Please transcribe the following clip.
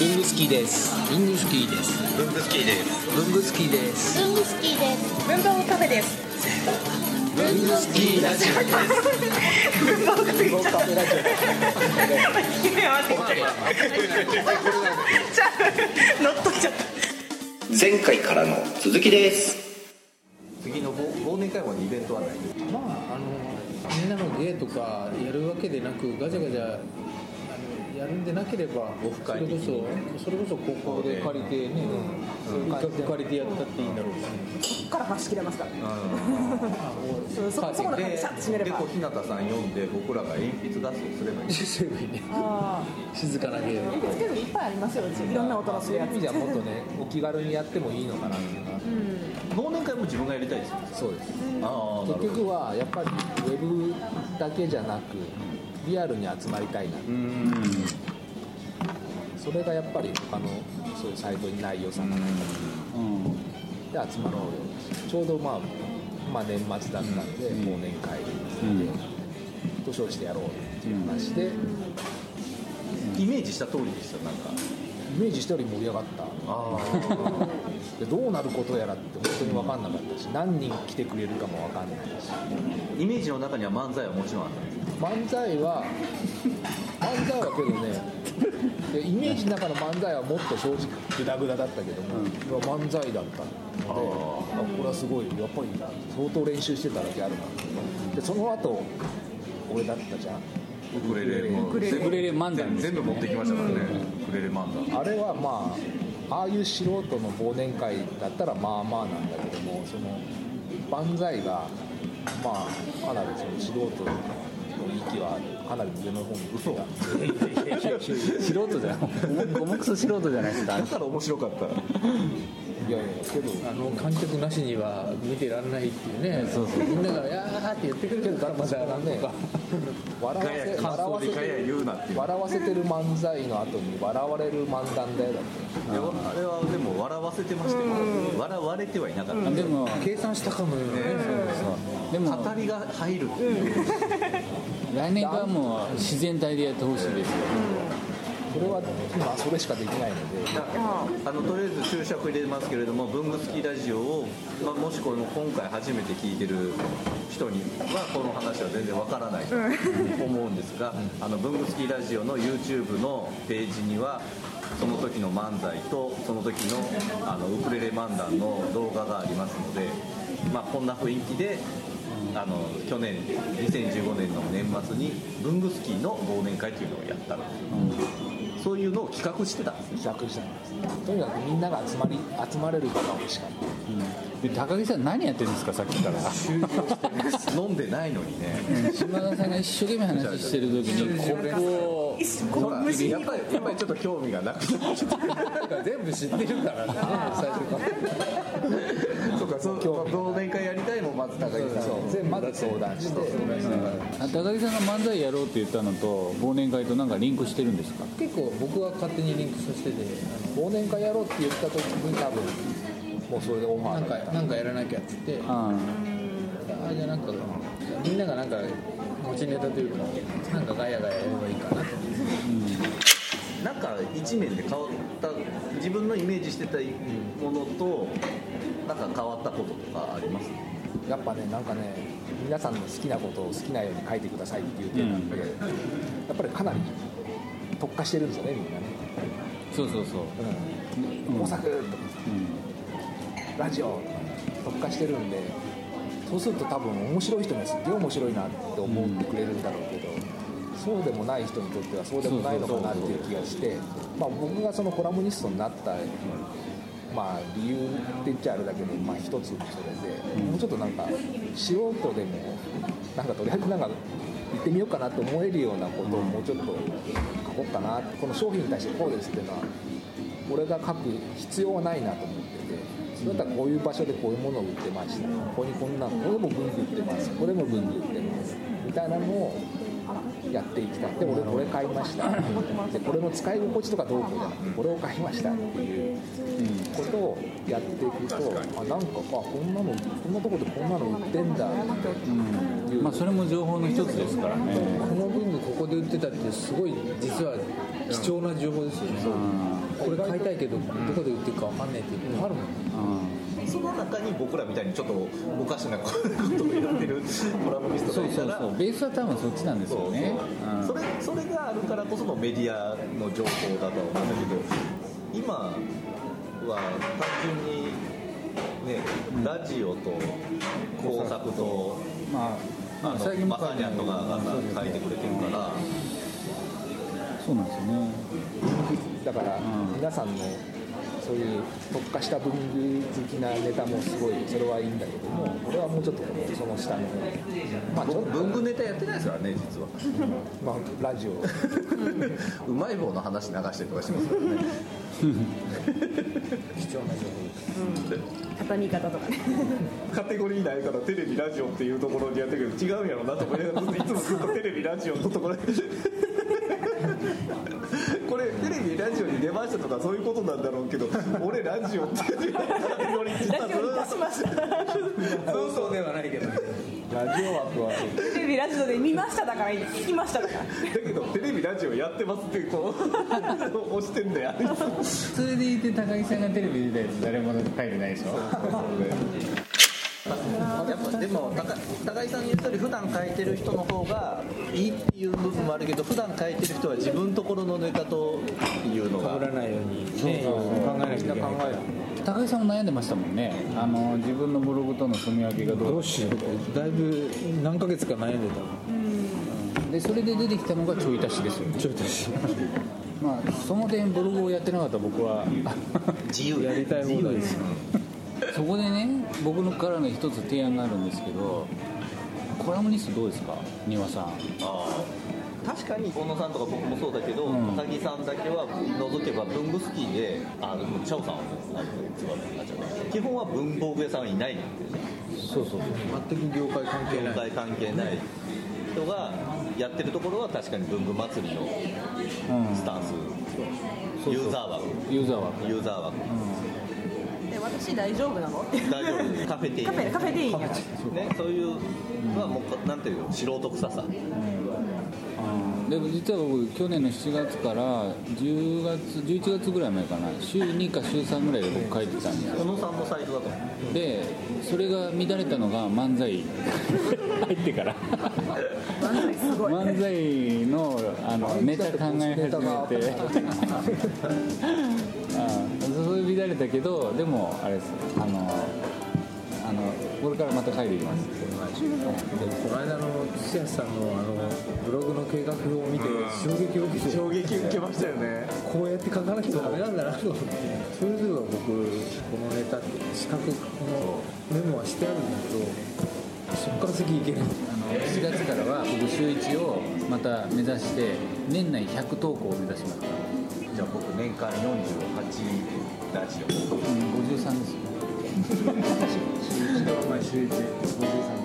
リングスキーですリングスキーです文具好きでブングスキーです文具スキーです。文房具カフェです。ブングスキーラジオ文房具カフェ文カフェラジじゃあ乗っ取っちゃった。前回からの続きです次の忘年会までイベントはないオまああのみんなの芸とかやるわけでなくガチャガチャあのやるんでなければオフ会それ的こにそそれこそ高校で借りてね一角借りてやったっていいんだろうしこっから端切れますから。そそこそこの鍵でシャッと閉めれでばこう。日向さん読んで僕らが鉛筆合奏すればいいそういうふうにねあ 静かな芸あ。鉛筆削りいっぱいありますよ。うちいろんな音のするやつ。じゃあもっとねお気軽にやってもいいのかなっていうのが忘年会も自分がやりたいですよそうですああ結なるほど局はやっぱりウェブだけじゃなくリアルに集まりたいなうんそれがやっぱり他のそういうサイトにない良さなで集まろうよちょうどまあまあ年末だったんで忘年会で年をしてやろうっていう話でイイメージした通りでしたなんかメージしたより盛り上がったあでどうなることやらって本当に分かんなかったし何人来てくれるかも分かんないしイメージの中には漫才はもちろんあったんです漫才は漫才はけどねでイメージの中の漫才はもっと正直グダグダだったけども、漫才だったのであこれはすごいやっぱり相当練習してただけあるなでその後俺だったじゃんウクレレもレレ全部ウクレレ漫才です全よね部持ってきましたからねウクレレ漫才あれはまあああいう素人の忘年会だったらまあまあなんだけどもその万歳がまあかなりその素人の域はかなり上の方に嘘が素人じゃん重くそ素人じゃないですかだから面白かったいやいやけどあの観客なしには見てらんないっていうね、みんなが「やー」って言ってくれるからまだだからね笑わせ笑わせガヤてる言うなっていう笑わせてる漫才の後に笑われる漫談だよだっいやあれはでも笑わせてましたよ笑われてはいなかったでも計算したかのようなねでも語りが入るっていう来年からもう自然体でやってほしいですよてそれは今それしかできないのであのとりあえず注釈入れますけれども文具好きラジオを、まあ、もしこの今回初めて聞いてる人にはこの話は全然わからないと思うんですがあの文具好きラジオの YouTube のページにはその時の漫才とその時のあのウクレレ漫談の動画がありますので、まあ、こんな雰囲気で。あの去年2015年の年末に文具スキーの忘年会というのをやったんですよそういうのを企画してたんです比較したんですとにかくみんなが集まり集まれる場が欲しかったで高木さん何やってるんですかさっきから飲んでないのにね 島田さんが一生懸命話してる時にここを一瞬こう無視やっぱりやっぱりちょっと興味がなくて全部知ってるからね最初からそうかそう忘年会やりたいもんまず高木さんそうでまず相談してあ高木さんが漫才やろうって言ったのと忘年会となんかリンクしてるんですか結構僕は勝手にリンクさせてて忘年会やろうって言った時に多分もうそれでオフあァのーだなんっかたなんかやらなきゃっつってあああじゃあなんかみんながなんか持ちネタというかなんかガヤガヤやればいいかなってなんか一面で変わった自分のイメージしてたものとなんか変わったこととかありますやっぱねなんかね皆さんの好きなことを好きなように書いてくださいっていう点なんで、やっぱりかなり特化してるんですよねみんなねあそうそうそううん、工作とか、ラジオとか特化してるんでそうすると多分面白い人にはすっげえ面白いなって思ってくれるんだろうけど、そうでもない人にとってはそうでもないのかなっていう気がして、まあ、僕がそのコラムニストになった、まあ、理由って言っちゃあれだけど、まあ、一つそれで、もうちょっとなんか素人でもなんかとりあえずなんか行ってみようかなと思えるようなことをもうちょっと書こうかなこの商品に対してこうですっていうのは俺が書く必要はないなと思っててそれだったらこういう場所でこういうものを売ってましたここにこんなここでも文具売ってますここでも文具売ってますみたいなのをやっていきたいで俺これ買いましたでこれの使い心地とかどうこうじゃなくてこれを買いましたっていうことをやっていくとあなんかあこんなのこんなとこでこんなの売ってんだっていうまあそれも情報の一つですからねこの文具こここで売ってたってすごい実は貴重な情報ですよね、これ買いたいけどどこで売ってるかわかんないっていっぱいあるもんね、その中に僕らみたいにちょっとおかしなことをやってるコラムニストそがいうそたうらそうベースは多分そっちなんですよねうんそれそれがあるからこそのメディアの情報だとは思うんだけど今は単純にねラジオと工作とまああまあ最の近もマサニャンとかがさ書いてくれてるからそうなんですよねだからうん皆さんのそういう特化した文具好きなネタもすごいそれはいいんだけども俺はもうちょっとその下のまあちょっと、文具ネタやってないですからね 実はまあ、ラジオうまい棒の話流したりとかしますからね貴重な情畳み方とかねカテゴリーないからテレビラジオっていうところでやってるけど違うんやろなと思いながらいつもずっとテレビラジオのところでこれテレビラジオに出ましたとかそういうことなんだろうけど俺ラジオっていうカテゴリー実ラジオに出はしました報そうではないけどラジオ枠はテレビラジオで見ましただからいい聞きましただからずっとだけどテレビラジオやってますってこう押してんだよ普通でいて高木さんがテレビ出たやつ誰も書いてないでしょやっぱでも高高井さんに言ったより普段書いてる人の方がいいっていう部分もあるけど普段書いてる人は自分ところのネタというのが被らないように、ね、考えなきゃいけないから高井さんも悩んでましたもんねあの自分のブログとの住み分けがどどううしようかだいぶ何ヶ月か悩んでたもんでそれで出てきたのがちょい足しですよねちょっとし まあその点ブログをやってなかった僕は 自由やりたい放題ですよそこでね僕のからの一つ提案があるんですけどコラムニストどうですか丹羽さんあー確かに小野さんとか僕もそうだけど、うん高木さんだけは除けば文具好きであでもチャオさんはなんか一番あちゃう基本は文房具屋さんはいないんでそうそうそう全く業界関係業ない界関係ない人がやってるところは確かに文具祭りのうんスタンス、そうユーザー枠ユーザーはユーザー枠え私大丈夫なの大丈 夫カフェ店員カフェカフェでいいやね、そういうのはもうなんていうの素人臭さでも実は僕去年の7月から10月11月ぐらい前かな週2か週3ぐらいで僕書いてたんですよ小野さんもサイトだと思うでそれが乱れたのが漫 才入ってからすごい漫才のあのネタ考え始めて あそういう乱れたけどでもあれですあのあのこれからまた書いていきますでもこの間の土屋さんのあのブログの計画表を見て衝撃を受けて衝撃受けましたよねこうやって書かなきゃダメなんだなと思ってそれぞれは僕このネタって資格このメモはしてあるんだけどそっから先いけないあの7月からは僕週1をまた目指して年内100投稿を目指しますじゃあ僕年間48ラジオうん53ですよ毎週153